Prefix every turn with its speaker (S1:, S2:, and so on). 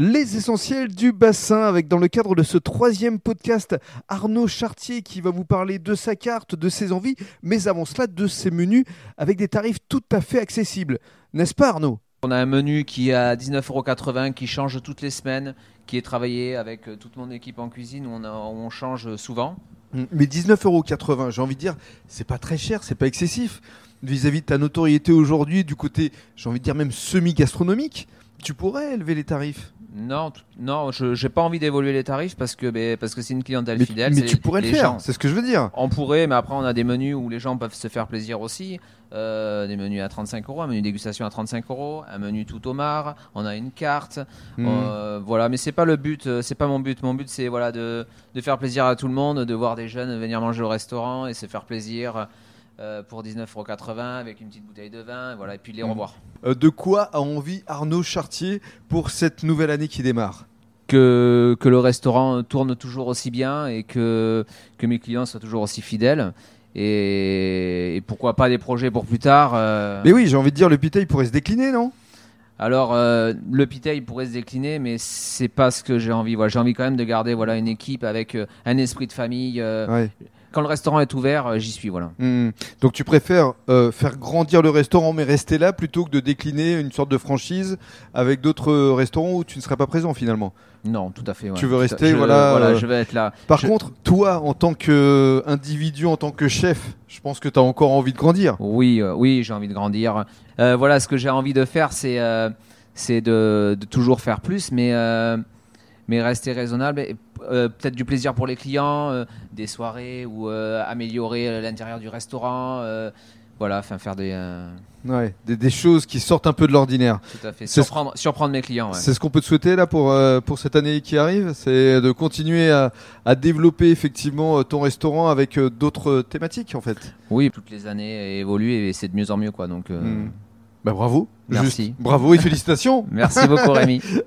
S1: Les essentiels du bassin avec dans le cadre de ce troisième podcast Arnaud Chartier qui va vous parler de sa carte, de ses envies, mais avant cela de ses menus avec des tarifs tout à fait accessibles. N'est-ce pas Arnaud
S2: On a un menu qui est à 19,80€ qui change toutes les semaines, qui est travaillé avec euh, toute mon équipe en cuisine, on, a- on change euh, souvent.
S1: Mais 19,80€, j'ai envie de dire, c'est pas très cher, c'est pas excessif vis-à-vis de ta notoriété aujourd'hui du côté, j'ai envie de dire même semi-gastronomique. Tu pourrais élever les tarifs.
S2: Non, tout- non je n'ai pas envie d'évoluer les tarifs parce que ben, parce que c'est une clientèle
S1: Mais,
S2: fidèle.
S1: mais
S2: c'est
S1: tu
S2: les-
S1: pourrais le
S2: les
S1: faire,
S2: gens.
S1: c'est ce que je veux dire.
S2: On pourrait, mais après on a des menus où les gens peuvent se faire plaisir aussi. Euh, des menus à 35 euros, un menu dégustation à 35 euros, un menu tout au mar. On a une carte,
S1: Mm.
S2: Euh, voilà, mais c'est pas le but, euh, c'est pas mon but. Mon but, c'est voilà de, de faire plaisir à tout le monde, de voir des jeunes venir manger au restaurant et se faire plaisir euh, pour 19,80€ avec une petite bouteille de vin, et voilà, et puis les
S1: Mm.
S2: revoir.
S1: Euh, De quoi a envie Arnaud Chartier pour cette nouvelle année qui démarre
S2: Que, que le restaurant tourne toujours aussi bien et que, que mes clients soient toujours aussi fidèles. Et, et pourquoi pas des projets pour plus tard euh,
S1: Mais oui, j'ai envie de dire, le pita, il pourrait se décliner, non
S2: Alors, euh, le pita, il pourrait se décliner, mais c'est pas ce que j'ai envie. Voilà, j'ai envie quand même de garder voilà, une équipe avec euh, un esprit de famille. euh,
S1: Ouais.
S2: Quand le restaurant est ouvert, euh, j'y suis, voilà.
S1: Hmm. Donc tu préfères euh, faire grandir le restaurant mais rester là plutôt que de décliner une sorte de franchise avec d'autres euh, restaurants où tu ne serais pas présent finalement.
S2: Non, tout à fait. ouais.
S1: Tu veux
S2: Tout à-
S1: rester,
S2: je-
S1: voilà, euh,
S2: je vais être là.
S1: Par
S2: Je-
S1: contre, toi, en tant qu'individu, en tant que chef, je pense que tu as encore envie de grandir.
S2: Oui, euh, oui, j'ai envie de grandir. Euh, voilà, ce que j'ai envie de faire, c'est euh, c'est de, de toujours faire plus, mais euh, mais rester raisonnable. et, euh, Peut-être du plaisir pour les clients, euh, des soirées ou euh, améliorer l'intérieur du restaurant. euh, voilà, enfin faire des. euh,
S1: Ouais. Des, des choses qui sortent un peu de l'ordinaire.
S2: tout à fait.
S1: C'est ce-
S2: Surprendre, surprendre mes clients. ouais.
S1: C'est ce qu'on peut te souhaiter là pour, euh, pour cette année qui arrive, c'est de continuer à, à développer effectivement euh, ton restaurant avec euh, d'autres euh, thématiques en fait.
S2: Oui, toutes les années évoluer et c'est de mieux en mieux, quoi. Donc, euh,
S1: Hmm. Bah bravo.
S2: Merci.
S1: Bravo et félicitations.
S2: merci beaucoup, Rémi.